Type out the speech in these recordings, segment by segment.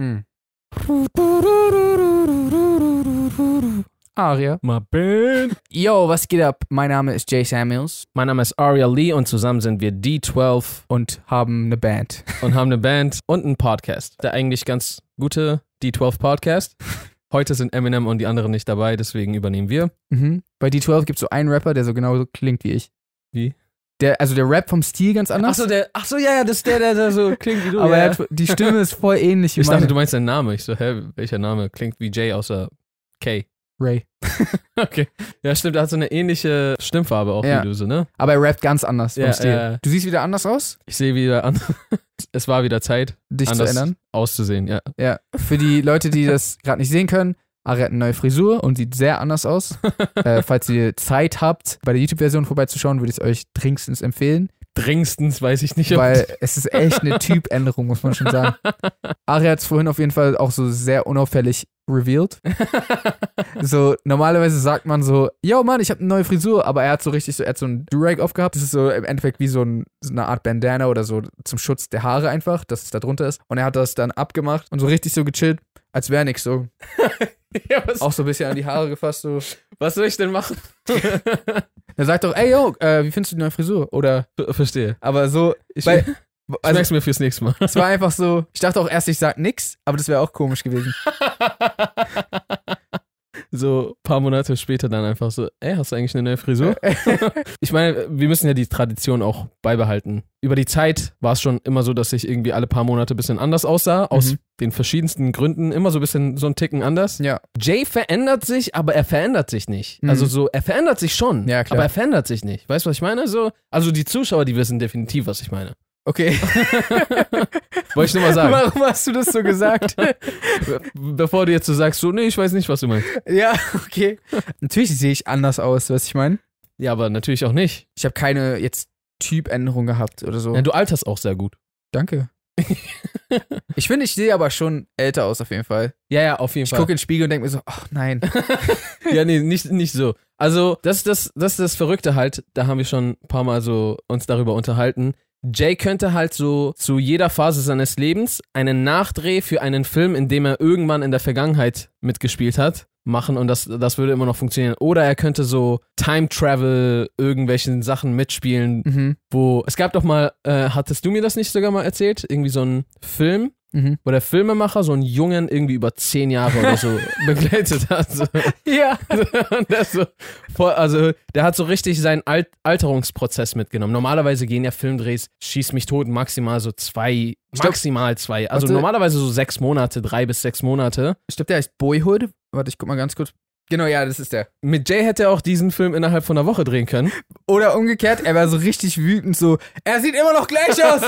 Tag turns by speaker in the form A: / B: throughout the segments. A: Hm.
B: Aria.
A: Mal bin.
B: Yo, was geht ab? Mein Name ist Jay Samuels
A: Mein Name ist Aria Lee und zusammen sind wir D12
B: und haben eine Band.
A: und haben eine Band und einen Podcast. Der eigentlich ganz gute D12 Podcast. Heute sind Eminem und die anderen nicht dabei, deswegen übernehmen wir.
B: Mhm. Bei D12 gibt es so einen Rapper, der so genauso klingt wie ich.
A: Wie?
B: Der, also der Rap vom Stil ganz anders.
A: Achso, der, ach so, ja, ja, das ist der, der, der so klingt wie du.
B: aber
A: ja.
B: er hat, die Stimme ist voll ähnlich wie
A: ich dachte,
B: meine.
A: du meinst deinen Namen. Ich so, hä, welcher Name? Klingt wie Jay außer K.
B: Ray.
A: Okay. Ja, stimmt, er hat so eine ähnliche Stimmfarbe auch
B: Ja.
A: wie du, so, ne?
B: Aber er rappt ganz anders vom
A: Ja,
B: Stil.
A: ja, ja.
B: Du siehst wieder anders aus,
A: Ich sehe wieder an. es war wieder Zeit,
B: dich
A: Anders.
B: zu ändern.
A: auszusehen, ja.
B: Ja. Für die Leute, die das gerade nicht sehen können, Ari hat eine neue Frisur und sieht sehr anders aus. äh, falls ihr Zeit habt, bei der YouTube-Version vorbeizuschauen, würde ich es euch dringendstens empfehlen.
A: Dringstens weiß ich nicht, ob
B: Weil es ist echt eine Typänderung, muss man schon sagen. Ari hat es vorhin auf jeden Fall auch so sehr unauffällig revealed. So, normalerweise sagt man so, yo Mann, ich habe eine neue Frisur, aber er hat so richtig so, er hat so einen Durag aufgehabt. Das ist so im Endeffekt wie so, ein, so eine Art Bandana oder so zum Schutz der Haare einfach, dass es da drunter ist. Und er hat das dann abgemacht und so richtig so gechillt, als wäre nix so.
A: ja, was,
B: Auch so ein bisschen an die Haare gefasst so.
A: was soll ich denn machen?
B: Er sagt doch, ey yo, äh, wie findest du die neue Frisur? Oder,
A: Ver- Verstehe.
B: aber so,
A: Ich,
B: Weil-
A: ich
B: also
A: merk's mir fürs nächste Mal.
B: Es war einfach so, ich dachte auch erst, ich sag nix, aber das wäre auch komisch gewesen.
A: so ein paar Monate später dann einfach so, ey, hast du eigentlich eine neue Frisur? ich meine, wir müssen ja die Tradition auch beibehalten. Über die Zeit war es schon immer so, dass ich irgendwie alle paar Monate ein bisschen anders aussah, aus
B: Mhm.
A: den verschiedensten Gründen, immer so ein bisschen so ein Ticken anders.
B: ja,
A: Jay verändert sich, aber er verändert sich nicht.
B: Mhm.
A: Also so, er verändert sich schon,
B: Ja, klar.
A: aber er verändert sich nicht. Weißt du, was ich meine? So, also die Zuschauer, die wissen definitiv, was ich meine.
B: okay.
A: Wollte ich nur mal sagen.
B: Warum hast du das so gesagt?
A: Bevor du jetzt so sagst, so, nee, ich weiß nicht, was du meinst.
B: ja, okay. Natürlich sehe ich anders aus, was ich meine.
A: Ja, aber natürlich auch nicht.
B: Ich habe keine jetzt Typänderung gehabt oder so.
A: Ja, du alterst auch sehr gut.
B: Danke. ich finde, ich sehe aber schon älter aus auf jeden Fall.
A: Ja, ja, auf jeden
B: Ich gucke in den Spiegel und denke mir so, ach nein.
A: Ja, nee, nicht, nicht so. Also, das ist das, das ist das Verrückte halt. Da haben wir schon ein paar Mal so uns darüber unterhalten. Jay könnte halt so zu jeder Phase seines Lebens einen Nachdreh für einen Film, in dem er irgendwann in der Vergangenheit mitgespielt hat, machen und das, das würde immer noch funktionieren. Oder er könnte so Time Travel irgendwelchen Sachen mitspielen,
B: Mhm.
A: wo es gab doch mal, äh, hattest du mir das nicht sogar mal erzählt? Irgendwie so einen Film,
B: Mhm.
A: wo der Filmemacher so einen Jungen irgendwie über zehn Jahre oder so begleitet hat. So.
B: Ja.
A: Und der ist so, voll, also der hat so richtig seinen Alt Alterungsprozess mitgenommen. Normalerweise gehen ja Filmdrehs, schieß mich tot, maximal so zwei,
B: glaub-
A: maximal zwei. Also
B: Warte.
A: normalerweise so sechs Monate, drei bis sechs Monate.
B: Ich glaube, der heißt Boyhood. Warte, ich guck mal ganz kurz. Genau, ja, das ist der.
A: Mit Jay hätte er auch diesen Film innerhalb von einer Woche drehen können.
B: Oder umgekehrt, er war so richtig wütend, so, er sieht immer noch gleich aus.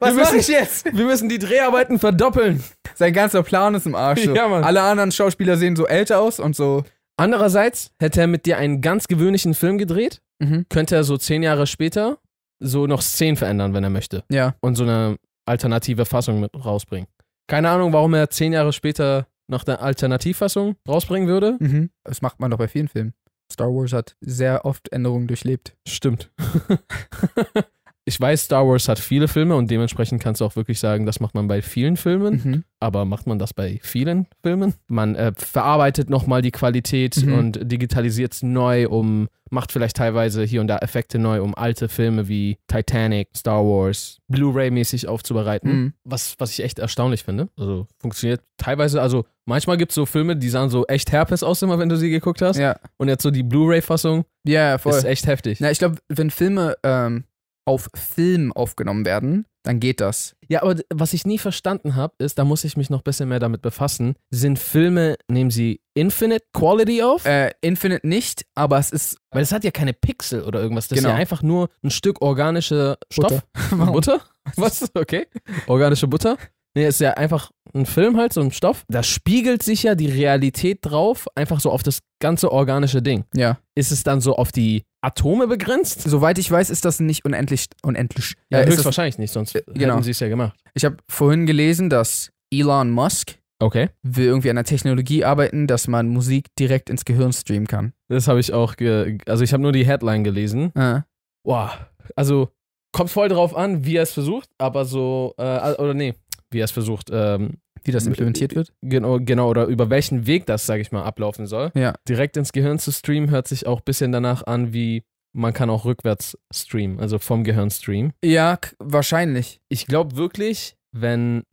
B: Was
A: müssen-
B: mache ich jetzt?
A: Wir müssen die Dreharbeiten verdoppeln.
B: Sein ganzer Plan ist im Arsch. So.
A: Ja, Mann.
B: Alle anderen Schauspieler sehen so älter aus und so.
A: Andererseits hätte er mit dir einen ganz gewöhnlichen Film gedreht,
B: Mhm.
A: könnte er so zehn Jahre später so noch Szenen verändern, wenn er möchte.
B: Ja.
A: Und so eine alternative Fassung mit rausbringen. Keine Ahnung, warum er zehn Jahre später noch eine Alternativfassung rausbringen würde.
B: Mhm. Das macht man doch bei vielen Filmen. Star Wars hat sehr oft Änderungen durchlebt.
A: Stimmt. ich weiß, Star Wars hat viele Filme und dementsprechend kannst du auch wirklich sagen, das macht man bei vielen Filmen.
B: Mhm.
A: Aber macht man das bei vielen Filmen? Man äh, verarbeitet nochmal die Qualität
B: Mhm.
A: und digitalisiert es neu, um macht vielleicht teilweise hier und da Effekte neu, um alte Filme wie Titanic, Star Wars, Blu-ray-mäßig aufzubereiten.
B: Mhm.
A: Was, was ich echt erstaunlich finde. Also funktioniert teilweise, also manchmal gibt es so Filme, die sahen so echt Herpes aus, immer wenn du sie geguckt hast.
B: Ja.
A: Und jetzt so die Blu-ray-Fassung
B: Ja, ja, voll.
A: ist echt heftig.
B: Na, ich glaube, wenn Filme ähm, auf Film aufgenommen werden, dann geht das.
A: Ja, aber d- was ich nie verstanden habe, ist, da muss ich mich noch ein bisschen mehr damit befassen, sind Filme, nehmen sie Infinite Quality auf?
B: Äh, Infinite nicht, aber es ist.
A: Weil es hat ja keine Pixel oder irgendwas. Das ist
B: Genau.
A: ja einfach nur ein Stück organische Stoff.
B: Warum?
A: Butter? Was? Okay. Organische Butter? Nee, ist ja einfach ein Film halt, so ein Stoff. Da spiegelt sich ja die Realität drauf, einfach so auf das ganze organische Ding.
B: Ja.
A: Ist es dann so auf die Atome begrenzt?
B: Soweit ich weiß, ist das nicht unendlich. unendlich.
A: Ja,
B: Äh, ist das,
A: höchstwahrscheinlich nicht, sonst
B: Äh, genau.
A: hätten sie es ja gemacht.
B: ich habe vorhin gelesen, dass Elon Musk
A: Okay.
B: will irgendwie an der Technologie arbeiten, dass man Musik direkt ins Gehirn streamen kann.
A: Das habe ich auch, ge also ich habe nur die Headline gelesen.
B: Äh,
A: Boah, also kommt voll drauf an, wie er es versucht, aber so, äh, oder nee, wie er es versucht, ähm,
B: Wie das implementiert wird?
A: genau, genau, oder über welchen Weg das, sag ich mal, ablaufen soll.
B: Ja.
A: Direkt ins Gehirn zu streamen hört sich auch ein bisschen danach an, wie man kann auch rückwärts streamen, also vom Gehirn streamen.
B: Ja, k- wahrscheinlich.
A: Ich glaube wirklich, wenn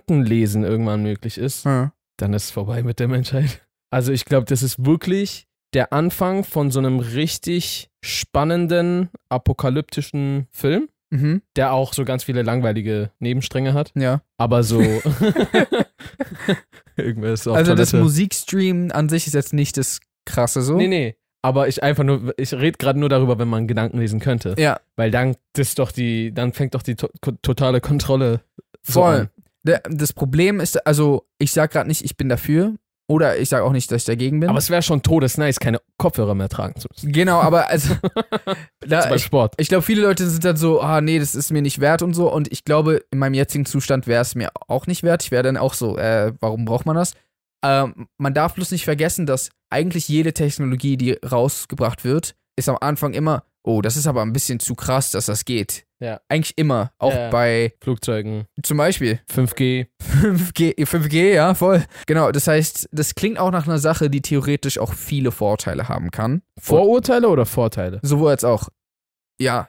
A: Gedankenlesen irgendwann möglich ist,
B: Ja.
A: dann ist es vorbei mit der Menschheit. Also ich glaube, das ist wirklich der Anfang von so einem richtig spannenden, apokalyptischen Film,
B: Mhm.
A: der auch so ganz viele langweilige Nebenstränge hat.
B: Ja.
A: Aber so. Irgendwas auf
B: Also das
A: Toilette.
B: Musikstreamen an sich ist jetzt nicht das krasse so.
A: Nee, nee. Aber ich einfach nur, ich rede gerade nur darüber, wenn man Gedanken lesen könnte.
B: Ja,
A: Weil dann das doch die, dann fängt doch die to ko- totale Kontrolle so
B: voll.
A: an.
B: Der- Das Problem ist, also ich sag gerade nicht, ich bin dafür oder ich sag auch nicht, dass ich dagegen bin.
A: Aber es wäre schon todesnice, keine Kopfhörer mehr tragen zu müssen.
B: genau, aber also
A: Zum
B: da,
A: Beispiel
B: ich,
A: Sport.
B: ich glaube, viele Leute sind dann so, ah nee, das ist mir nicht wert und so und ich glaube, in meinem jetzigen Zustand wäre es mir auch nicht wert. Ich wäre dann auch so, äh, warum braucht man das? Ähm, man darf bloß nicht vergessen, dass eigentlich jede Technologie, die rausgebracht wird, ist am Anfang immer, oh, das ist aber ein bisschen zu krass, dass das geht.
A: Ja.
B: Eigentlich immer, auch
A: Ja.
B: bei
A: Flugzeugen,
B: Zum Beispiel
A: 5G.
B: 5G, 5G, ja, voll. Genau, das heißt, das klingt auch nach einer Sache, die theoretisch auch viele Vorteile haben kann.
A: Vorurteile oder Vorteile?
B: Sowohl als auch. Ja,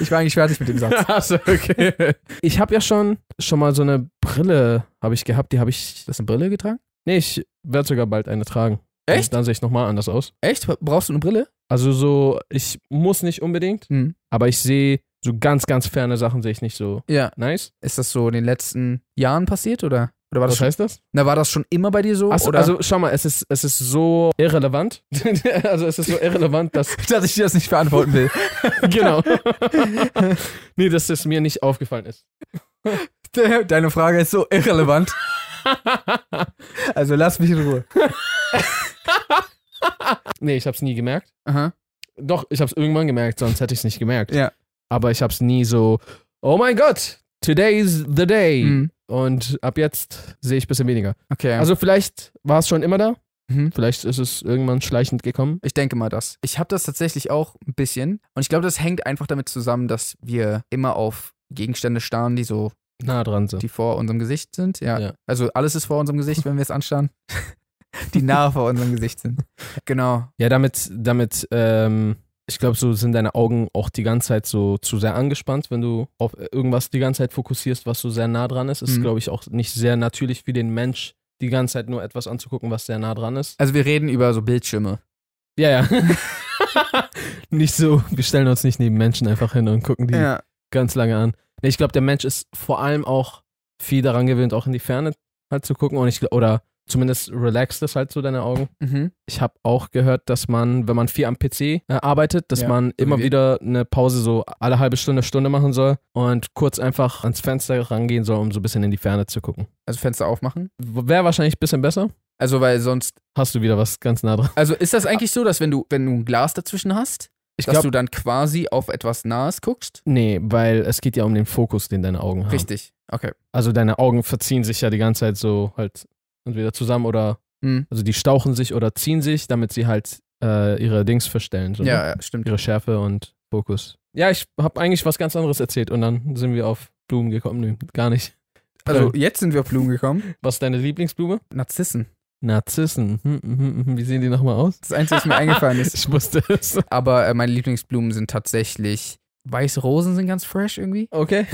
B: ich war eigentlich fertig mit dem Satz.
A: Achso, Also, okay. Ich habe ja schon, schon mal so eine Brille, habe ich gehabt, die habe ich.
B: Hast du eine Brille getragen?
A: Nee, ich werde sogar bald eine tragen.
B: Echt?
A: Dann sehe ich nochmal anders aus.
B: Echt? Brauchst du eine Brille?
A: Also so, ich muss nicht unbedingt,
B: Hm.
A: aber ich sehe so ganz, ganz ferne Sachen sehe ich nicht so
B: Ja.
A: nice.
B: Ist das so in den letzten Jahren passiert oder? Oder war das
A: Was
B: schon,
A: heißt das?
B: na, war das schon immer bei dir so?
A: Achso,
B: oder?
A: also schau mal, es ist, es ist so irrelevant. also es ist so irrelevant, dass.
B: dass ich dir das nicht beantworten will.
A: genau. nee, dass es mir nicht aufgefallen ist.
B: Deine Frage ist so irrelevant. Also lass mich in Ruhe.
A: Nee, ich hab's nie gemerkt.
B: Aha.
A: Doch, ich hab's irgendwann gemerkt, sonst hätte ich es nicht gemerkt.
B: Ja.
A: Aber ich hab's nie so, oh mein Gott, today's the day.
B: Hm.
A: Und ab jetzt sehe ich ein bisschen weniger.
B: Okay.
A: Also vielleicht war es schon immer da.
B: Mhm.
A: Vielleicht ist es irgendwann schleichend gekommen.
B: Ich denke mal das. Ich habe das tatsächlich auch ein bisschen. Und ich glaube, das hängt einfach damit zusammen, dass wir immer auf Gegenstände starren, die so,
A: Nah dran so.
B: die vor unserem Gesicht sind. Ja.
A: Ja.
B: Also alles ist vor unserem Gesicht, wenn wir es anstarren. die nahe vor unserem Gesicht sind. Genau.
A: Ja, damit, damit, ähm, ich glaube, so sind deine Augen auch die ganze Zeit so zu sehr angespannt, wenn du auf irgendwas die ganze Zeit fokussierst, was so sehr nah dran ist. Ist,
B: Mhm.
A: glaube ich, auch nicht sehr natürlich für den Mensch, die ganze Zeit nur etwas anzugucken, was sehr nah dran ist.
B: Also wir reden über so Bildschirme.
A: Ja, ja. nicht so, wir stellen uns nicht neben Menschen einfach hin und gucken die ganz lange an. Nee, ich glaube, der Mensch ist vor allem auch viel daran gewöhnt, auch in die Ferne halt zu gucken. Und ich, gl- oder zumindest relaxt es halt so deine Augen.
B: Mhm.
A: Ich habe auch gehört, dass man, wenn man viel am PC äh, arbeitet, dass
B: Ja,
A: man immer
B: wir.
A: wieder eine Pause so alle halbe Stunde, Stunde machen soll und kurz einfach ans Fenster rangehen soll, um so ein bisschen in die Ferne zu gucken.
B: Also Fenster aufmachen.
A: Wäre wahrscheinlich ein bisschen besser.
B: Also weil sonst.
A: Hast du wieder was ganz nah dran.
B: Also ist das eigentlich so, dass wenn du, wenn du ein Glas dazwischen hast,
A: Ich
B: dass
A: glaube,
B: du dann quasi auf etwas Nahes guckst?
A: nee, weil es geht ja um den Fokus, den deine Augen haben.
B: Richtig. Okay.
A: Also deine Augen verziehen sich ja die ganze Zeit so halt entweder zusammen oder,
B: Mhm.
A: also die stauchen sich oder ziehen sich, damit sie halt äh, ihre Dings verstellen. So, ne?
B: Ja, ja, stimmt.
A: ihre Schärfe und Fokus. Ja, ich habe eigentlich was ganz anderes erzählt und dann sind wir auf Blumen gekommen. Nee, gar nicht.
B: Also jetzt sind wir auf Blumen gekommen.
A: Was ist deine Lieblingsblume?
B: Narzissen.
A: Narzissen. Hm, hm, hm, hm. Wie sehen die nochmal aus?
B: Das Einzige, was mir eingefallen ist.
A: Ich wusste es.
B: Aber äh, meine Lieblingsblumen sind tatsächlich. Weiße Rosen sind ganz fresh irgendwie.
A: Okay.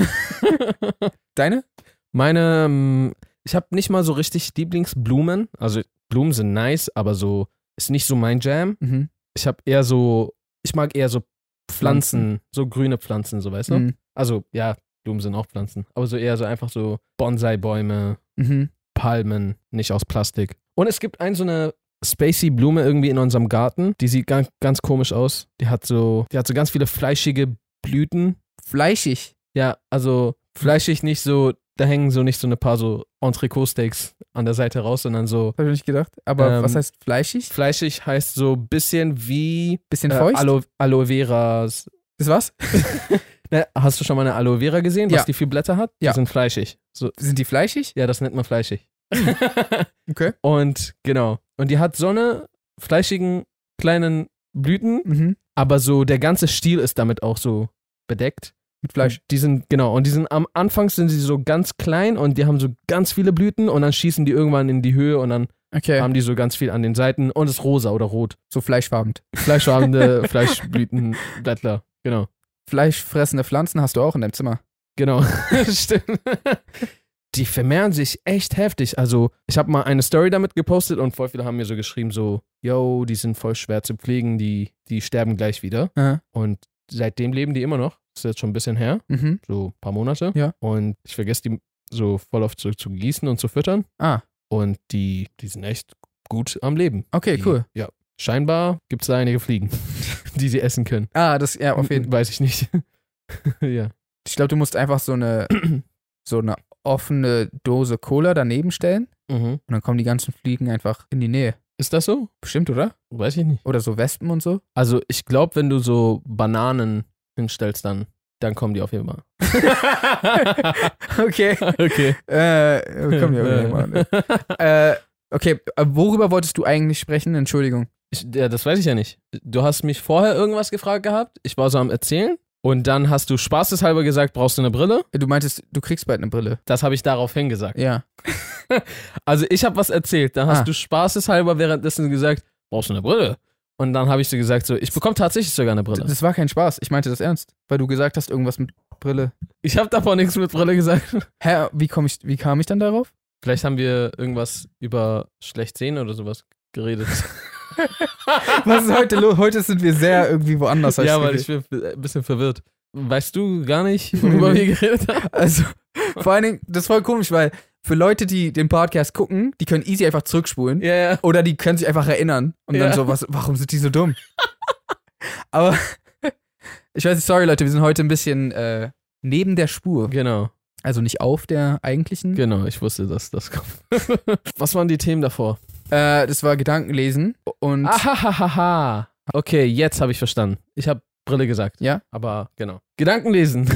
B: Deine?
A: Meine, ähm, ich habe nicht mal so richtig Lieblingsblumen. Also Blumen sind nice, aber so ist nicht so mein Jam.
B: Mhm.
A: Ich habe eher so, ich mag eher so Pflanzen,
B: Pflanzen?
A: so grüne Pflanzen, so weißt du?
B: Mhm.
A: Also ja, Blumen sind auch Pflanzen, aber so eher so einfach so Bonsai-Bäume,
B: Mhm.
A: Palmen, nicht aus Plastik. Und es gibt ein so eine spacey Blume irgendwie in unserem Garten, die sieht ganz, ganz komisch aus. Die hat so, die hat so ganz viele fleischige Blüten.
B: Fleischig.
A: Ja, also fleischig nicht so, da hängen so nicht so eine paar so Entrecot-Steaks an der Seite raus, sondern so
B: Hab ich nicht gedacht. Aber
A: Ähm,
B: was heißt fleischig?
A: fleischig heißt so ein bisschen wie
B: Bisschen
A: äh,
B: feucht?
A: Aloe, Aloe Vera.
B: Das war's?
A: Ne, hast du schon mal eine Aloe Vera gesehen,
B: Ja.
A: was die vier Blätter hat?
B: Ja.
A: Die sind fleischig. So,
B: Sind die fleischig?
A: ja, das nennt man fleischig.
B: Okay.
A: Und genau. Und die hat so eine fleischigen kleinen Blüten
B: Mhm.
A: aber so der ganze Stil ist damit auch so bedeckt.
B: Mit Fleisch.
A: Die sind, genau, und die sind am Anfang sind sie so ganz klein und die haben so ganz viele Blüten und dann schießen die irgendwann in die Höhe und dann
B: Mhm. Okay.
A: haben die so ganz viel an den Seiten und ist rosa oder rot.
B: So fleischfarbend.
A: Fleischfarbene Fleischblütenblättler. Genau.
B: Fleischfressende Pflanzen hast du auch in deinem Zimmer.
A: Genau. Stimmt. Die vermehren sich echt heftig. Also, ich habe mal eine Story damit gepostet und voll viele haben mir so geschrieben, so, yo, die sind voll schwer zu pflegen, die, die sterben gleich wieder.
B: Aha.
A: Und seitdem leben die immer noch. Ist jetzt schon ein bisschen her,
B: Mhm.
A: so ein paar Monate.
B: Ja.
A: Und ich vergesse die so voll oft zu, zu gießen und zu füttern.
B: Ah,
A: Und die, die sind echt gut am Leben.
B: okay,
A: die,
B: cool.
A: Ja. Scheinbar gibt es da einige Fliegen, die sie essen können.
B: Ah, das, ja, auf jeden Fall.
A: Weiß ich nicht. ja.
B: Ich glaube, du musst einfach so eine, so eine offene Dose Cola daneben stellen
A: Mhm.
B: und dann kommen die ganzen Fliegen einfach in die Nähe.
A: Ist das so?
B: Bestimmt, oder?
A: Weiß ich nicht.
B: Oder so Wespen und so.
A: Also ich glaube, wenn du so Bananen hinstellst, dann, dann kommen die auf jeden Fall.
B: Okay.
A: okay.
B: äh, komm, ja, ja, mal. Äh, okay, äh, worüber wolltest du eigentlich sprechen? Entschuldigung.
A: Ich, ja, das weiß ich ja nicht. Du hast mich vorher irgendwas gefragt gehabt. Ich war so am Erzählen. Und dann hast du spaßeshalber gesagt, brauchst du eine Brille?
B: Äh, Du meintest, du kriegst bald eine Brille.
A: Das habe ich daraufhin gesagt.
B: Ja.
A: Also ich habe was erzählt. Dann hast
B: Ah.
A: du spaßeshalber währenddessen gesagt, brauchst du eine Brille? Und dann habe ich so gesagt, so, ich bekomme tatsächlich sogar eine
B: D-
A: Brille.
B: Das war kein Spaß. Ich meinte das ernst, weil du gesagt hast, irgendwas mit Brille.
A: Ich habe davor nichts mit Brille gesagt.
B: Hä, wie, komm ich, wie kam ich dann darauf?
A: Vielleicht haben wir irgendwas über schlecht sehen oder sowas geredet.
B: Was ist heute los? Heute sind wir sehr irgendwie woanders. hab
A: ja, weil
B: das
A: ich bin ein bisschen verwirrt. Weißt du gar nicht, worüber wir geredet haben?
B: Also, vor allen Dingen, das ist voll komisch, weil für Leute, die den Podcast gucken, die können easy einfach zurückspulen.
A: Ja, ja.
B: Oder die können sich einfach erinnern und dann
A: Ja.
B: so, was, warum sind die so dumm? Aber ich weiß nicht, sorry Leute, wir sind heute ein bisschen äh, neben der Spur.
A: Genau,
B: Also nicht auf der eigentlichen.
A: genau. Ich wusste, dass das kommt. Was waren die Themen davor?
B: Äh, das war Gedankenlesen und
A: Ah. Ahahaha. Okay, jetzt habe ich verstanden. Ich habe Brille gesagt.
B: Ja.
A: Aber genau. Gedankenlesen.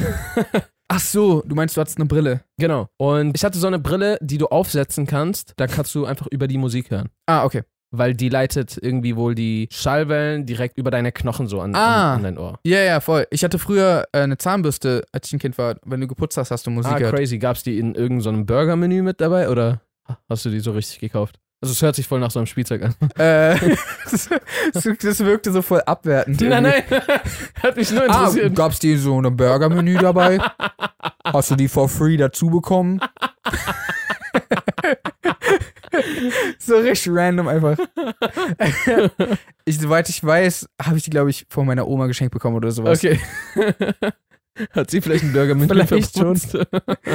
B: ach so, du meinst, du hattest eine Brille.
A: genau. Und ich hatte so eine Brille, die du aufsetzen kannst. Da kannst du einfach über die Musik hören.
B: Ah, okay.
A: Weil die leitet irgendwie wohl die Schallwellen direkt über deine Knochen so an,
B: Ah.
A: an, an dein Ohr.
B: Ja, ja, voll. Ich hatte früher äh, eine Zahnbürste, als ich ein Kind war. Wenn du geputzt hast, hast du Musik
A: ah,
B: gehört.
A: crazy. Gab es die in irgendeinem so einem Burger-Menü mit dabei oder hast du die so richtig gekauft? Also es hört sich voll nach so einem Spielzeug an.
B: Äh, das, das wirkte so voll abwertend. irgendwie.
A: Hat mich nur
B: Ah, gab's dir so eine Burger-Menü dabei? Hast du die for free dazu bekommen? so richtig random einfach. ich, soweit ich weiß, habe ich die, glaube ich, von meiner Oma geschenkt bekommen oder sowas.
A: okay. Hat sie vielleicht einen Burger mit
B: Vielleicht
A: schon.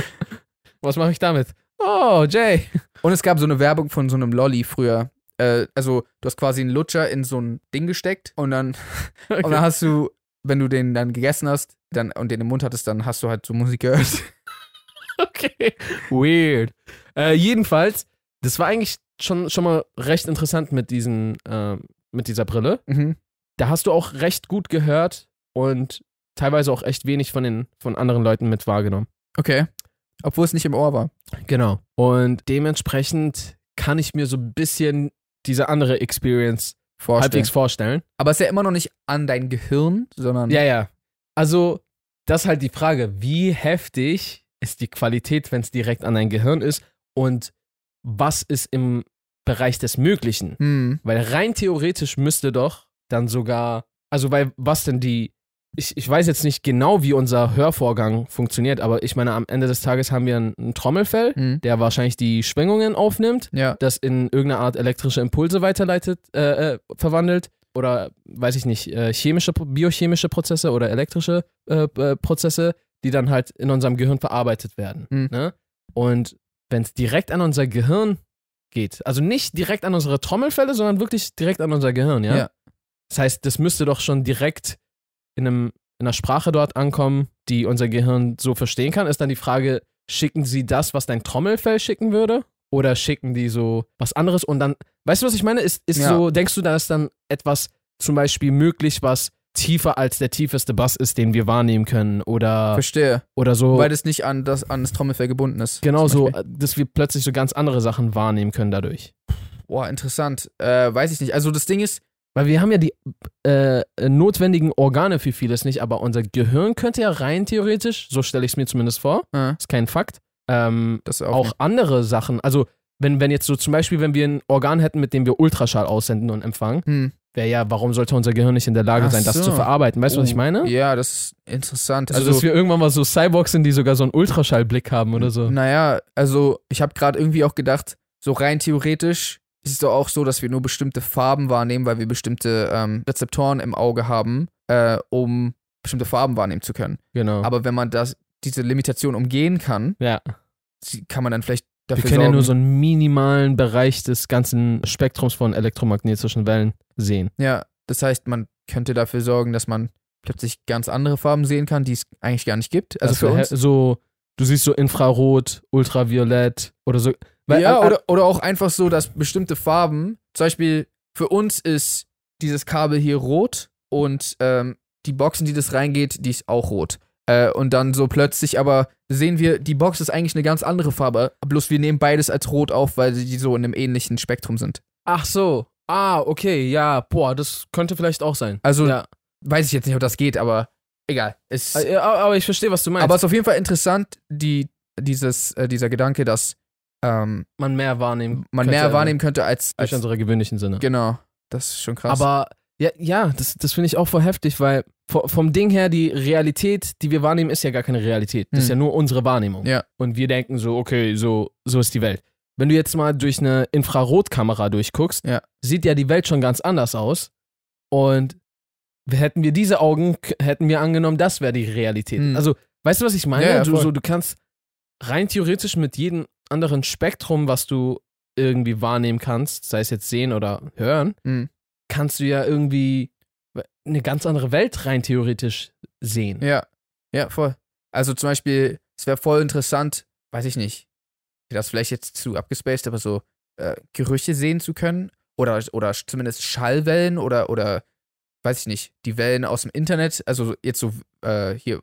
A: Was mache ich damit? Oh, Jay.
B: Und es gab so eine Werbung von so einem Lolli früher. Äh, also, du hast quasi einen Lutscher in so ein Ding gesteckt und dann, und dann hast du, wenn du den dann gegessen hast dann, und den im Mund hattest, dann hast du halt so Musik gehört.
A: Okay. Weird. Äh, jedenfalls, das war eigentlich schon, schon mal recht interessant mit, diesen, ähm, mit dieser Brille.
B: Mhm.
A: da hast du auch recht gut gehört und teilweise auch echt wenig von den von anderen Leuten mit wahrgenommen.
B: Okay. Obwohl es nicht im Ohr war.
A: Genau. Und dementsprechend kann ich mir so ein bisschen diese andere Experience
B: Vorstellen.
A: halbwegs vorstellen.
B: Aber es ist ja immer noch nicht an dein Gehirn, sondern.
A: Ja, ja. Also, das ist halt die Frage, wie heftig ist die Qualität, wenn es direkt an dein Gehirn ist und was ist im Bereich des Möglichen?
B: Hm.
A: Weil rein theoretisch müsste doch dann sogar, also weil was denn die, ich, ich weiß jetzt nicht genau, wie unser Hörvorgang funktioniert, aber ich meine, am Ende des Tages haben wir ein, ein Trommelfell,
B: Hm.
A: der wahrscheinlich die Schwingungen aufnimmt,
B: Ja.
A: das in irgendeine Art elektrische Impulse weiterleitet, äh, äh, verwandelt oder weiß ich nicht, äh, chemische, biochemische Prozesse oder elektrische äh, äh, Prozesse, die dann halt in unserem Gehirn verarbeitet werden.
B: Mhm.
A: Ne? Und wenn es direkt an unser Gehirn geht, also nicht direkt an unsere Trommelfelle, sondern wirklich direkt an unser Gehirn, ja?
B: Ja.
A: Das heißt, das müsste doch schon direkt in, einem, in einer Sprache dort ankommen, die unser Gehirn so verstehen kann. Ist dann die Frage, schicken sie das, was dein Trommelfell schicken würde? Oder schicken die so was anderes? Und dann, weißt du, was ich meine? Ist, ist
B: Ja.
A: so, denkst du, da ist dann etwas zum Beispiel möglich, was tiefer als der tiefeste Bass ist, den wir wahrnehmen können? Oder,
B: Verstehe.
A: oder so.
B: Weil das nicht an das, an das Trommelfell gebunden ist. Zum
A: Genau so,
B: Beispiel.
A: äh, dass wir plötzlich so ganz andere Sachen wahrnehmen können dadurch.
B: Boah, interessant. Äh, weiß ich nicht. Also das Ding ist,
A: Weil wir haben ja die äh, notwendigen Organe für vieles nicht, aber unser Gehirn könnte ja rein theoretisch, so stelle ich es mir zumindest vor,
B: Ja,
A: ist kein Fakt, ähm,
B: äh, das
A: auch andere Sachen, also wenn, wenn jetzt so zum Beispiel, wenn wir ein Organ hätten, mit dem wir Ultraschall aussenden und empfangen,
B: Hm.
A: wäre ja, warum sollte unser Gehirn nicht in der Lage
B: Ach
A: sein, das
B: so.
A: zu verarbeiten? Weißt du, was ich
B: Oh,
A: meine?
B: Ja, das ist interessant.
A: Also,
B: Also,
A: dass wir irgendwann mal so Cyborgs sind, die sogar so einen Ultraschallblick haben oder so.
B: naja, also ich habe gerade irgendwie auch gedacht, so rein theoretisch ist es doch auch so, dass wir nur bestimmte Farben wahrnehmen, weil wir bestimmte ähm, Rezeptoren im Auge haben, äh, um bestimmte Farben wahrnehmen zu können.
A: Genau.
B: Aber wenn man das, diese Limitation umgehen kann,
A: ja.
B: sie- kann man dann vielleicht
A: Wir
B: dafür
A: können ja
B: sorgen.
A: nur so einen minimalen Bereich des ganzen Spektrums von elektromagnetischen Wellen sehen.
B: ja, das heißt, man könnte dafür sorgen, dass man plötzlich ganz andere Farben sehen kann, die es eigentlich gar nicht gibt. Also
A: Das
B: für
A: wär-
B: uns.
A: So, du siehst so Infrarot, Ultraviolett oder so. Weil-
B: ja,
A: äh,
B: oder, oder auch einfach so, dass bestimmte Farben, zum Beispiel für uns ist dieses Kabel hier rot und ähm, die Box, in die das reingeht, die ist auch rot. Äh, und dann so plötzlich aber sehen wir, die Box ist eigentlich eine ganz andere Farbe, bloß wir nehmen beides als rot auf, weil sie so in einem ähnlichen Spektrum sind.
A: Ach so. Ah, okay, ja, boah, das könnte vielleicht auch sein.
B: Also
A: Ja.
B: weiß ich jetzt nicht, ob das geht, aber egal. Es,
A: Äh, ja, Aber ich verstehe, was du meinst.
B: aber es ist auf jeden Fall interessant, die, dieses, äh, dieser Gedanke, dass ähm,
A: man mehr wahrnehmen
B: man
A: könnte,
B: mehr
A: äh,
B: wahrnehmen könnte als,
A: durch
B: als
A: unsere gewöhnlichen Sinne.
B: genau. Das ist schon krass.
A: Aber ja, ja das, das finde ich auch voll heftig, weil vo- vom Ding her, die Realität, die wir wahrnehmen, ist ja gar keine Realität. Das ist ja
B: Hm.
A: nur unsere Wahrnehmung.
B: Ja.
A: Und wir denken so, okay, so, so ist die Welt. Wenn du jetzt mal durch eine Infrarotkamera durchguckst,
B: Ja.
A: sieht ja die Welt schon ganz anders aus. Und hätten wir diese Augen, k- hätten wir angenommen, das wäre die Realität.
B: Hm.
A: Also, weißt du, was ich meine?
B: Ja, ja,
A: du,
B: voll.
A: so, du kannst rein theoretisch mit jedem anderen Spektrum, was du irgendwie wahrnehmen kannst, sei es jetzt sehen oder hören,
B: Mhm.
A: kannst du ja irgendwie eine ganz andere Welt rein theoretisch sehen.
B: Ja, ja, voll. Also zum Beispiel, es wäre voll interessant, weiß ich nicht, das ist vielleicht jetzt zu abgespaced, aber so äh, Gerüche sehen zu können oder, oder sch- zumindest Schallwellen oder, oder, weiß ich nicht, die Wellen aus dem Internet, also so- jetzt so äh, hier,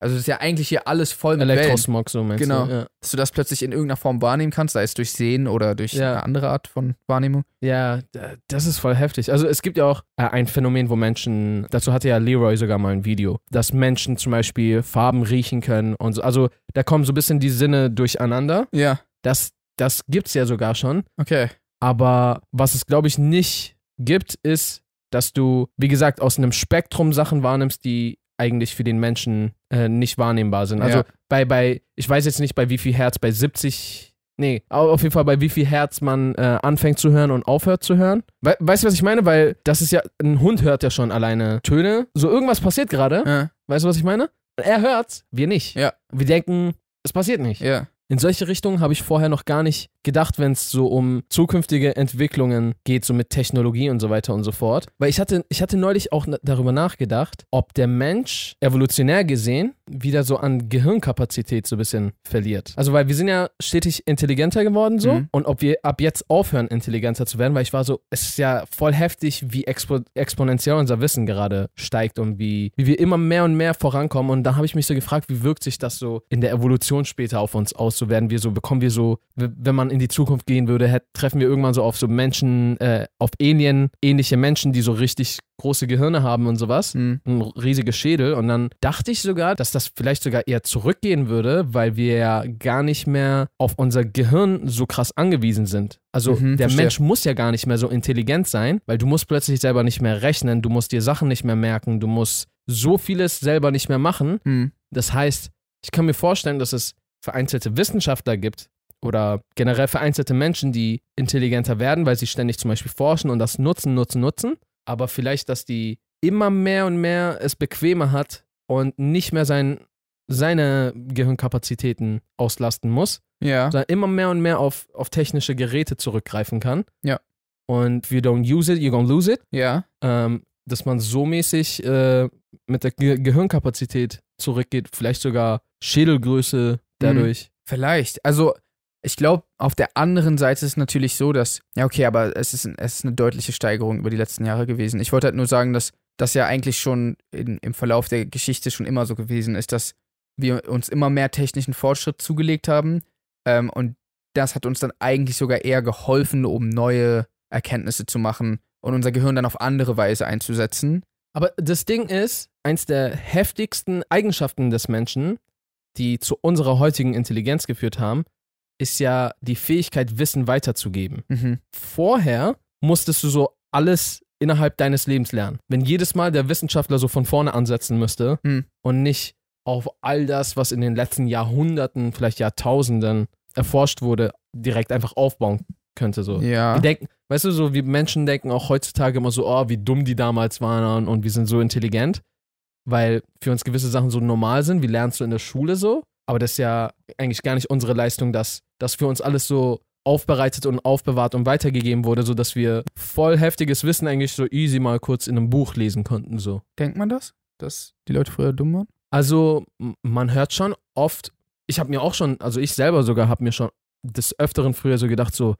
B: also es ist ja eigentlich hier alles voll mit Wellen,
A: Elektrosmog, so meinst
B: Genau.
A: du? Ja.
B: dass du das plötzlich in irgendeiner Form wahrnehmen kannst, sei es durch Sehen oder durch
A: Ja.
B: eine andere Art von Wahrnehmung.
A: Ja, d- das ist voll heftig. Also es gibt ja auch äh, ein Phänomen, wo Menschen, dazu hatte ja Leroy sogar mal ein Video, dass Menschen zum Beispiel Farben riechen können und so. Also da kommen so ein bisschen die Sinne durcheinander.
B: Ja,
A: Das, das gibt's ja sogar schon.
B: okay.
A: Aber was es, glaube ich, nicht gibt, ist, dass du, wie gesagt, aus einem Spektrum Sachen wahrnimmst, die eigentlich für den Menschen äh, nicht wahrnehmbar sind. Also
B: Ja.
A: bei, bei, ich weiß jetzt nicht, bei wie viel Herz, bei 70, nee, au- auf jeden Fall bei wie viel Herz man äh, anfängt zu hören und aufhört zu hören. We weißt du, was ich meine? Weil das ist ja, ein Hund hört ja schon alleine Töne. So irgendwas passiert gerade.
B: Ja,
A: Weißt du, was ich meine? Er hört's, wir nicht.
B: Ja.
A: Wir denken, es passiert nicht.
B: ja.
A: In solche Richtungen habe ich vorher noch gar nicht gedacht, wenn es so um zukünftige Entwicklungen geht, so mit Technologie und so weiter und so fort. Weil ich hatte, ich hatte neulich auch na- darüber nachgedacht, ob der Mensch evolutionär gesehen wieder so an Gehirnkapazität so ein bisschen verliert. Also weil wir sind ja stetig intelligenter geworden so
B: Mhm.
A: und ob wir ab jetzt aufhören, intelligenter zu werden, weil ich war so, es ist ja voll heftig, wie expo exponentiell unser Wissen gerade steigt und wie, wie wir immer mehr und mehr vorankommen. Und da habe ich mich so gefragt, wie wirkt sich das so in der Evolution später auf uns aus? So werden wir so, bekommen wir so, w- wenn man in die Zukunft gehen würde, hätt, treffen wir irgendwann so auf so Menschen, äh, auf Alien, ähnliche Menschen, die so richtig große Gehirne haben und sowas
B: Hm.
A: ein riesiger Schädel und dann dachte ich sogar, dass das vielleicht sogar eher zurückgehen würde, weil wir ja gar nicht mehr auf unser Gehirn so krass angewiesen sind. Also
B: Mhm,
A: der
B: verstehe.
A: Mensch muss ja gar nicht mehr so intelligent sein, weil du musst plötzlich selber nicht mehr rechnen, du musst dir Sachen nicht mehr merken, du musst so vieles selber nicht mehr machen.
B: Hm.
A: Das heißt, ich kann mir vorstellen, dass es vereinzelte Wissenschaftler gibt oder generell vereinzelte Menschen, die intelligenter werden, weil sie ständig zum Beispiel forschen und das nutzen, nutzen, nutzen. Aber vielleicht, dass die immer mehr und mehr es bequemer hat und nicht mehr sein, seine Gehirnkapazitäten auslasten muss,
B: Ja.
A: sondern immer mehr und mehr auf, auf technische Geräte zurückgreifen kann.
B: Ja.
A: Und if you don't use it, you're gonna lose it
B: Ja.
A: ähm, dass man so mäßig äh, mit der Ge Gehirnkapazität zurückgeht, vielleicht sogar Schädelgröße dadurch.
B: Vielleicht. Also, ich glaube, auf der anderen Seite ist es natürlich so, dass. Ja, okay, aber es ist, ein, es ist eine deutliche Steigerung über die letzten Jahre gewesen. Ich wollte halt nur sagen, dass das ja eigentlich schon in, im Verlauf der Geschichte schon immer so gewesen ist, dass wir uns immer mehr technischen Fortschritt zugelegt haben. Ähm, und das hat uns dann eigentlich sogar eher geholfen, um neue Erkenntnisse zu machen und unser Gehirn dann auf andere Weise einzusetzen.
A: Aber das Ding ist, eins der heftigsten Eigenschaften des Menschen, die zu unserer heutigen Intelligenz geführt haben, ist ja die Fähigkeit, Wissen weiterzugeben.
B: Mhm.
A: Vorher musstest du so alles innerhalb deines Lebens lernen. Wenn jedes Mal der Wissenschaftler so von vorne ansetzen müsste
B: Hm.
A: und nicht auf all das, was in den letzten Jahrhunderten, vielleicht Jahrtausenden erforscht wurde, direkt einfach aufbauen könnte. So.
B: Ja.
A: Wir denken, weißt du, so wie Menschen denken auch heutzutage immer so, oh, wie dumm die damals waren und, und wir sind so intelligent, weil für uns gewisse Sachen so normal sind. Wir lernen es so in der Schule so, aber das ist ja eigentlich gar nicht unsere Leistung, dass das für uns alles so aufbereitet und aufbewahrt und weitergegeben wurde, sodass wir voll heftiges Wissen eigentlich so easy mal kurz in einem Buch lesen konnten so.
B: Denkt man das? Dass die Leute früher dumm waren?
A: Also m- man hört schon oft, ich habe mir auch schon, also ich selber sogar habe mir schon des Öfteren früher so gedacht, so,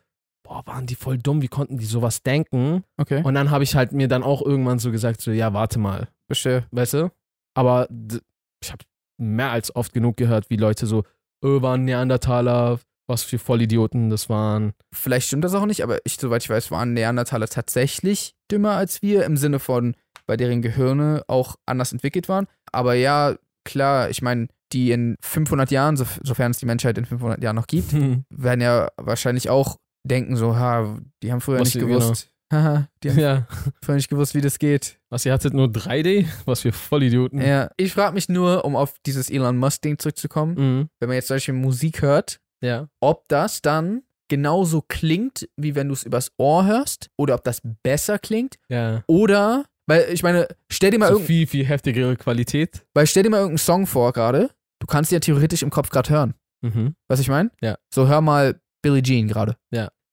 A: boah, waren die voll dumm, wie konnten die sowas denken?
B: Okay.
A: Und dann habe ich halt mir dann auch irgendwann so gesagt, so, ja, warte mal,
B: Verstehe.
A: weißt du? Aber d- ich habe mehr als oft genug gehört, wie Leute so, öh, waren Neandertaler, was für Vollidioten das waren.
B: Vielleicht stimmt das auch nicht, aber ich, soweit ich weiß, waren Neandertaler tatsächlich dümmer als wir, im Sinne von, bei deren Gehirne auch anders entwickelt waren. Aber ja, klar, ich meine, die in 500 Jahren, sof- sofern es die Menschheit in 500 Jahren noch gibt, werden ja wahrscheinlich auch denken so, ha, die haben früher
A: Was
B: nicht
A: sie- genau.
B: gewusst. Haha, die haben
A: ja.
B: früher nicht gewusst, wie das geht.
A: Was, ihr hattet nur 3D? Was für Vollidioten.
B: Ja. Ich frage mich nur, um auf dieses Elon Musk-Ding zurückzukommen,
A: Mhm.
B: wenn man jetzt solche Musik hört,
A: Ja.
B: ob das dann genauso klingt, wie wenn du es übers Ohr hörst, oder ob das besser klingt,
A: Ja.
B: oder, weil ich meine, stell dir mal,
A: So
B: irgend,
A: viel, viel heftigere Qualität.
B: weil stell dir mal irgendeinen Song vor gerade, du kannst ihn ja theoretisch im Kopf gerade hören,
A: Mhm.
B: was ich meine?
A: Ja.
B: So hör mal Billie Jean gerade.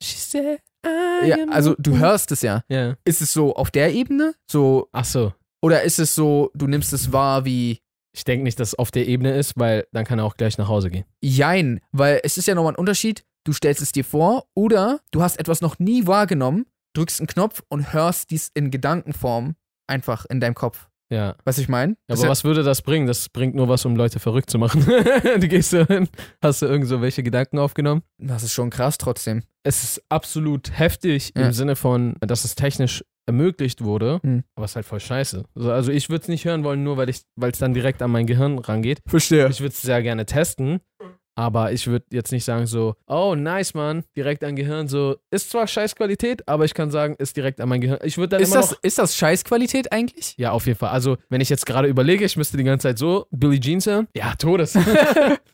A: She said,
B: Ja, also du hörst es ja.
A: Ja.
B: Ist es so auf der Ebene, so,
A: Ach so.
B: oder ist es so, du nimmst es wahr wie,
A: Ich denke nicht, dass es auf der Ebene ist, weil dann kann er auch gleich nach Hause gehen.
B: jein, weil es ist ja nochmal ein Unterschied, du stellst es dir vor, oder du hast etwas noch nie wahrgenommen, drückst einen Knopf und hörst dies in Gedankenform einfach in deinem Kopf.
A: Ja.
B: Was ich meine?
A: Ja, Aber was würde das bringen? Das bringt nur was, um Leute verrückt zu machen. du gehst so hin, hast du irgend so welche Gedanken aufgenommen?
B: das ist schon krass trotzdem.
A: Es ist absolut heftig
B: Ja.
A: im Sinne von, dass es technisch ermöglicht wurde,
B: Mhm.
A: aber es ist halt voll scheiße. Also- Also ich würde es nicht hören wollen, nur weil ich, weil es dann direkt an mein Gehirn rangeht.
B: Verstehe.
A: Ich würde es sehr gerne testen, aber ich würde jetzt nicht sagen so, oh nice Mann, direkt an Gehirn so, ist zwar scheiß Qualität, aber ich kann sagen, ist direkt an mein Gehirn. Ich würde dann
B: Ist
A: immer
B: das,
A: noch
B: ist das Scheißqualität eigentlich?
A: Ja, auf jeden Fall. Also, wenn ich jetzt gerade überlege, ich müsste die ganze Zeit so Billie Jeans hören. Ja, Todes.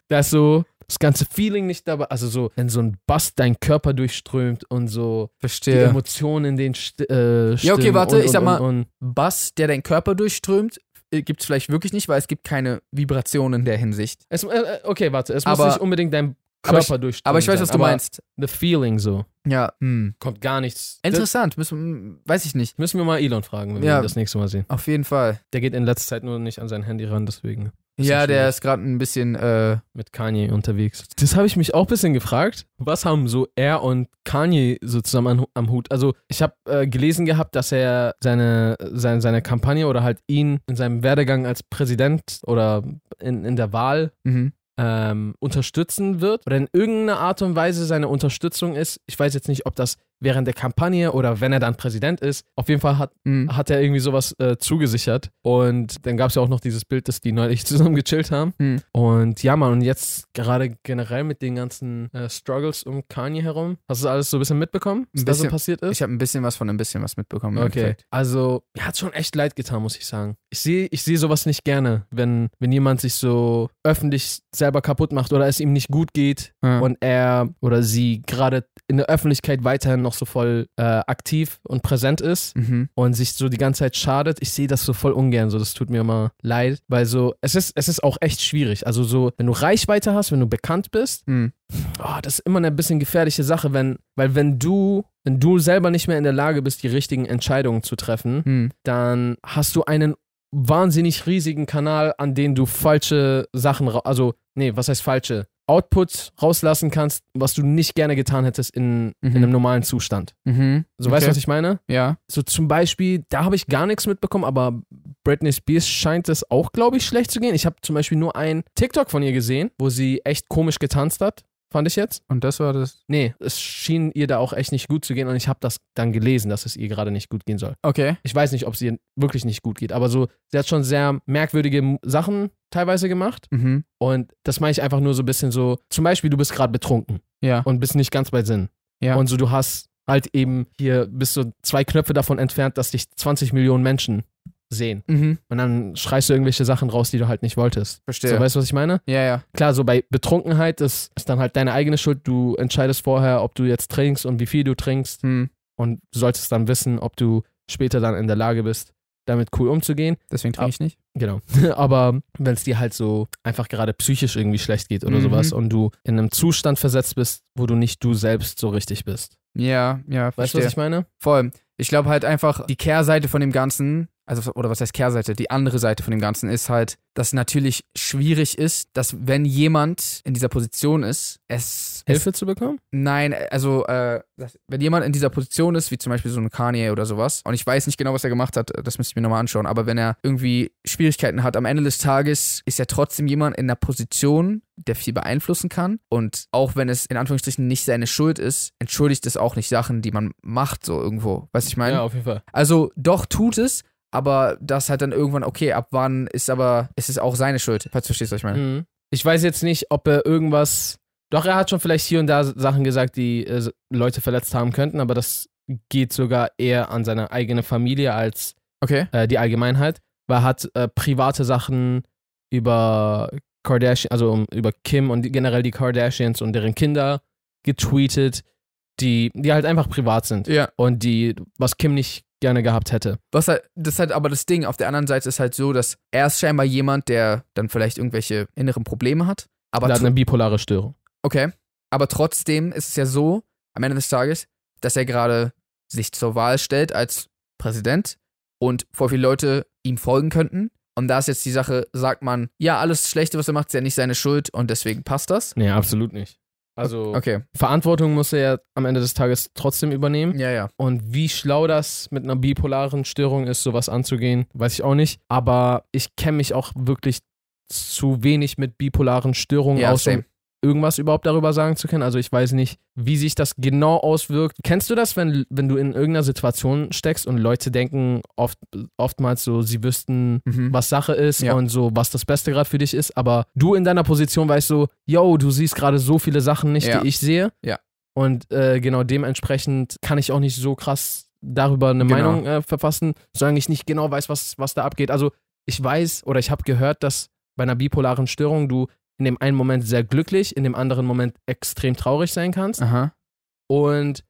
A: da ist so das ganze Feeling nicht dabei. Also so, wenn so ein Bass deinen Körper durchströmt und so die
B: Verstehe.
A: Emotionen in den St äh,
B: Ja, okay,
A: Stimmen
B: warte,
A: und,
B: ich
A: und,
B: sag mal-
A: Und, und.
B: Bass, der deinen Körper durchströmt, gibt es vielleicht wirklich nicht, weil es gibt keine Vibrationen in der Hinsicht.
A: Es, äh, äh, okay, warte. Es
B: Aber-
A: muss nicht unbedingt dein
B: aber
A: Körper
B: ich-
A: durchströmen.
B: Aber ich weiß,
A: sein,
B: was du meinst.
A: The Feeling so.
B: Ja. Hm.
A: Kommt gar nichts. Das
B: Interessant. Müssen, weiß ich nicht.
A: müssen wir mal Elon fragen, wenn wir
B: Ja.
A: ihn das nächste Mal sehen.
B: Auf jeden Fall.
A: Der geht in letzter Zeit nur nicht an sein Handy ran, deswegen. Bisschen
B: Ja, der
A: schwierig.
B: ist gerade ein bisschen. Äh,
A: mit Kanye unterwegs. Das habe ich mich auch ein bisschen gefragt. Was haben so er und Kanye so zusammen an, am Hut? Also ich habe äh, gelesen gehabt, dass er seine, seine, seine Kampagne oder halt ihn in seinem Werdegang als Präsident oder in, in der Wahl
B: mhm.
A: ähm, unterstützen wird oder in irgendeiner Art und Weise seine Unterstützung ist. Ich weiß jetzt nicht, ob das während der Kampagne oder wenn er dann Präsident ist. Auf jeden Fall hat,
B: Mhm.
A: hat er irgendwie sowas äh, zugesichert. Und dann gab es ja auch noch dieses Bild, dass die neulich zusammen gechillt haben.
B: Mhm.
A: Und ja, Mann, und jetzt gerade generell mit den ganzen äh, Struggles um Kanye herum. Hast du das alles so ein bisschen mitbekommen, was
B: Ein
A: da so
B: bisschen.
A: passiert ist?
B: Ich habe ein bisschen was von ein bisschen was mitbekommen. im
A: Okay,
B: Endeffekt.
A: also mir hat schon echt leid getan, muss ich sagen. Ich sehe ich sehe sowas nicht gerne, wenn, wenn jemand sich so öffentlich selber kaputt macht oder es ihm nicht gut geht
B: Ja.
A: und er oder sie gerade in der Öffentlichkeit weiterhin noch so voll äh, aktiv und präsent ist
B: Mhm.
A: und sich so die ganze Zeit schadet. Ich sehe das so voll ungern, so das tut mir immer leid, weil so es ist es ist auch echt schwierig. Also so, wenn du Reichweite hast, wenn du bekannt bist,
B: Mhm.
A: oh, das ist immer eine bisschen gefährliche Sache, wenn weil wenn du wenn du selber nicht mehr in der Lage bist, die richtigen Entscheidungen zu treffen,
B: Mhm.
A: dann hast du einen wahnsinnig riesigen Kanal, an den du falsche Sachen, ra- also nee, was heißt falsche? Output rauslassen kannst, was du nicht gerne getan hättest in, in
B: Mhm.
A: einem normalen Zustand.
B: Mhm.
A: So weißt du,
B: Okay.
A: was ich meine?
B: Ja.
A: So zum Beispiel, da habe ich gar nichts mitbekommen, aber Britney Spears scheint es auch, glaube ich, schlecht zu gehen. Ich habe zum Beispiel nur ein TikTok von ihr gesehen, wo sie echt komisch getanzt hat. fand ich jetzt.
B: Und das war das.
A: Nee, es schien ihr da auch echt nicht gut zu gehen und ich habe das dann gelesen, dass es ihr gerade nicht gut gehen soll.
B: Okay.
A: Ich weiß nicht, ob es ihr wirklich nicht gut geht, aber so, sie hat schon sehr merkwürdige M- Sachen teilweise gemacht
B: Mhm.
A: und das meine ich einfach nur so ein bisschen so, zum Beispiel, du bist gerade betrunken
B: Ja.
A: und bist nicht ganz bei Sinn.
B: Ja.
A: Und so, du hast halt eben hier, bist so zwei Knöpfe davon entfernt, dass dich 20 Millionen Menschen sehen.
B: Mhm.
A: Und dann schreist du irgendwelche Sachen raus, die du halt nicht wolltest.
B: Verstehe.
A: So, weißt du, was ich meine?
B: ja, ja.
A: Klar, so bei Betrunkenheit ist, ist dann halt deine eigene Schuld. Du entscheidest vorher, ob du jetzt trinkst und wie viel du trinkst
B: Hm.
A: und solltest dann wissen, ob du später dann in der Lage bist, damit cool umzugehen.
B: Deswegen trinke ich nicht.
A: Genau. Aber wenn es dir halt so einfach gerade psychisch irgendwie schlecht geht oder
B: Mhm.
A: sowas und du in einem Zustand versetzt bist, wo du nicht du selbst so richtig bist.
B: Ja, ja,
A: Weißt du,
B: verstehe.
A: was ich meine?
B: Voll. Ich glaube halt einfach, die Kehrseite von dem Ganzen, also, oder was heißt Kehrseite? Die andere Seite von dem Ganzen ist halt, dass natürlich schwierig ist, dass wenn jemand in dieser Position ist, es. es
A: Hilfe zu bekommen?
B: nein, also, äh, dass, wenn jemand in dieser Position ist, wie zum Beispiel so ein Kanye oder sowas, und ich weiß nicht genau, was er gemacht hat, das müsste ich mir nochmal anschauen, aber wenn er irgendwie Schwierigkeiten hat, am Ende des Tages ist ja trotzdem jemand in einer Position, der viel beeinflussen kann. Und auch wenn es in Anführungsstrichen nicht seine Schuld ist, entschuldigt es auch nicht Sachen, die man macht, so irgendwo. Weißt du, ich meine?
A: auf jeden Fall.
B: Also doch tut es, aber das halt dann irgendwann, okay, ab wann ist aber, ist es auch seine Schuld, falls du verstehst, was ich meine.
A: Mhm. Ich weiß jetzt nicht, ob er irgendwas. Doch, er hat schon vielleicht hier und da Sachen gesagt, die äh, Leute verletzt haben könnten, aber das geht sogar eher an seine eigene Familie als
B: Okay.
A: äh, die Allgemeinheit. Weil er hat äh, private Sachen über Kardashian, also um, über Kim und die- generell die Kardashians und deren Kinder getweetet, die, die halt einfach privat sind
B: Ja.
A: und die, was Kim nicht gerne gehabt hätte.
B: Was halt, das ist halt aber das Ding, auf der anderen Seite ist halt so, dass er ist scheinbar jemand, der dann vielleicht irgendwelche inneren Probleme hat. Aber
A: Er hat
B: tr-
A: eine bipolare Störung.
B: okay. Aber trotzdem ist es ja so, am Ende des Tages, dass er gerade sich zur Wahl stellt als Präsident und vor viele Leute ihm folgen könnten. Und da ist jetzt die Sache, sagt man, ja, alles Schlechte, was er macht, ist ja nicht seine Schuld und deswegen passt das.
A: Nee, absolut nicht. Also,
B: Okay.
A: Verantwortung muss er ja am Ende des Tages trotzdem übernehmen.
B: Ja, ja.
A: Und wie schlau das mit einer bipolaren Störung ist, sowas anzugehen, weiß ich auch nicht. Aber ich kenne mich auch wirklich zu wenig mit bipolaren Störungen
B: Ja,
A: aus, um
B: same.
A: irgendwas überhaupt darüber sagen zu können. Also ich weiß nicht, wie sich das genau auswirkt. Kennst du das, wenn, wenn du in irgendeiner Situation steckst und Leute denken oft, oftmals so, sie wüssten,
B: Mhm.
A: was Sache ist
B: Ja.
A: und so, was das Beste gerade für dich ist, aber du in deiner Position weißt so, yo, du siehst gerade so viele Sachen nicht,
B: Ja.
A: die ich sehe.
B: Ja.
A: Und äh, genau dementsprechend kann ich auch nicht so krass darüber eine
B: Genau.
A: Meinung äh, verfassen, solange ich nicht genau weiß, was, was da abgeht. Also ich weiß oder ich habe gehört, dass bei einer bipolaren Störung du in dem einen Moment sehr glücklich, in dem anderen Moment extrem traurig sein kannst
B: Aha.
A: und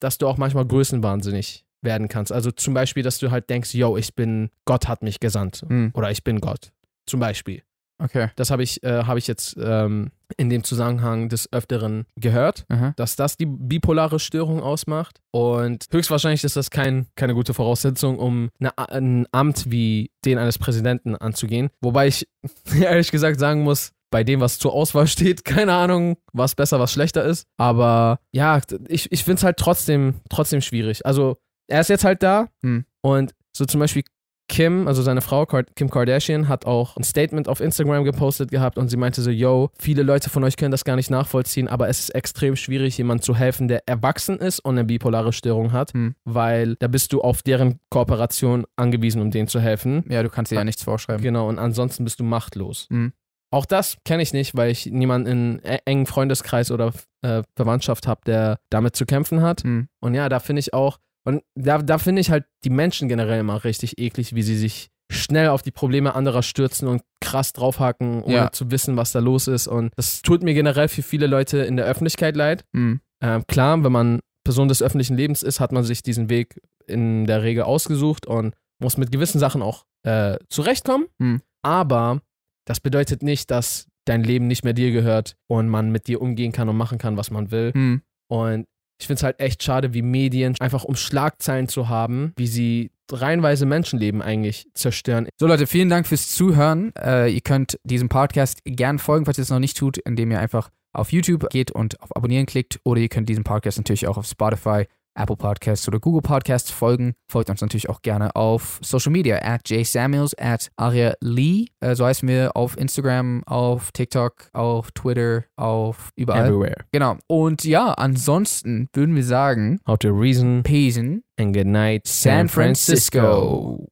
A: dass du auch manchmal größenwahnsinnig werden kannst. Also zum Beispiel, dass du halt denkst, yo, ich bin, Gott hat mich gesandt
B: Hm.
A: oder ich bin Gott. Zum Beispiel.
B: Okay.
A: Das habe ich, äh, habe ich jetzt ähm, in dem Zusammenhang des Öfteren gehört,
B: Aha.
A: dass das die bipolare Störung ausmacht. Und höchstwahrscheinlich ist das kein, keine gute Voraussetzung, um eine, A- ein Amt wie den eines Präsidenten anzugehen. Wobei ich ehrlich gesagt sagen muss, bei dem, was zur Auswahl steht, keine Ahnung, was besser, was schlechter ist. Aber ja, ich, ich finde es halt trotzdem, trotzdem schwierig. Also, er ist jetzt halt da
B: Hm.
A: und so zum Beispiel Kim, also seine Frau Kar- Kim Kardashian, hat auch ein Statement auf Instagram gepostet gehabt und sie meinte so, yo, viele Leute von euch können das gar nicht nachvollziehen, aber es ist extrem schwierig, jemandem zu helfen, der erwachsen ist und eine bipolare Störung hat,
B: Hm.
A: weil da bist du auf deren Kooperation angewiesen, um denen zu helfen.
B: Ja, du kannst dir ja nichts vorschreiben.
A: Genau, und ansonsten bist du machtlos.
B: Ähm. Mhm.
A: Auch das kenne ich nicht, weil ich niemanden in e- engen Freundeskreis oder äh, Verwandtschaft habe, der damit zu kämpfen hat.
B: Hm.
A: Und ja, da finde ich auch, und da, da finde ich halt die Menschen generell immer richtig eklig, wie sie sich schnell auf die Probleme anderer stürzen und krass draufhaken, ohne
B: Ja.
A: zu wissen, was da los ist. Und das tut mir generell für viele Leute in der Öffentlichkeit leid.
B: Hm.
A: Ähm, klar, wenn man Person des öffentlichen Lebens ist, hat man sich diesen Weg in der Regel ausgesucht und muss mit gewissen Sachen auch äh, zurechtkommen.
B: Hm.
A: Aber das bedeutet nicht, dass dein Leben nicht mehr dir gehört und man mit dir umgehen kann und machen kann, was man will.
B: Hm.
A: Und ich finde es halt echt schade, wie Medien einfach um Schlagzeilen zu haben, wie sie reihenweise Menschenleben eigentlich zerstören.
B: So Leute, vielen Dank fürs Zuhören. Äh, ihr könnt diesem Podcast gern folgen, falls ihr es noch nicht tut, indem ihr einfach auf YouTube geht und auf Abonnieren klickt. Oder ihr könnt diesen Podcast natürlich auch auf Spotify Apple Podcasts oder Google Podcasts folgen. Folgt uns natürlich auch gerne auf Social Media, at jsamuels, at Aria Lee. Äh, so heißen wir auf Instagram, auf TikTok, auf Twitter, auf überall.
A: Everywhere.
B: Genau. Und ja, ansonsten würden wir sagen,
A: How to reason
B: Pesen,
A: and good night,
B: San Francisco.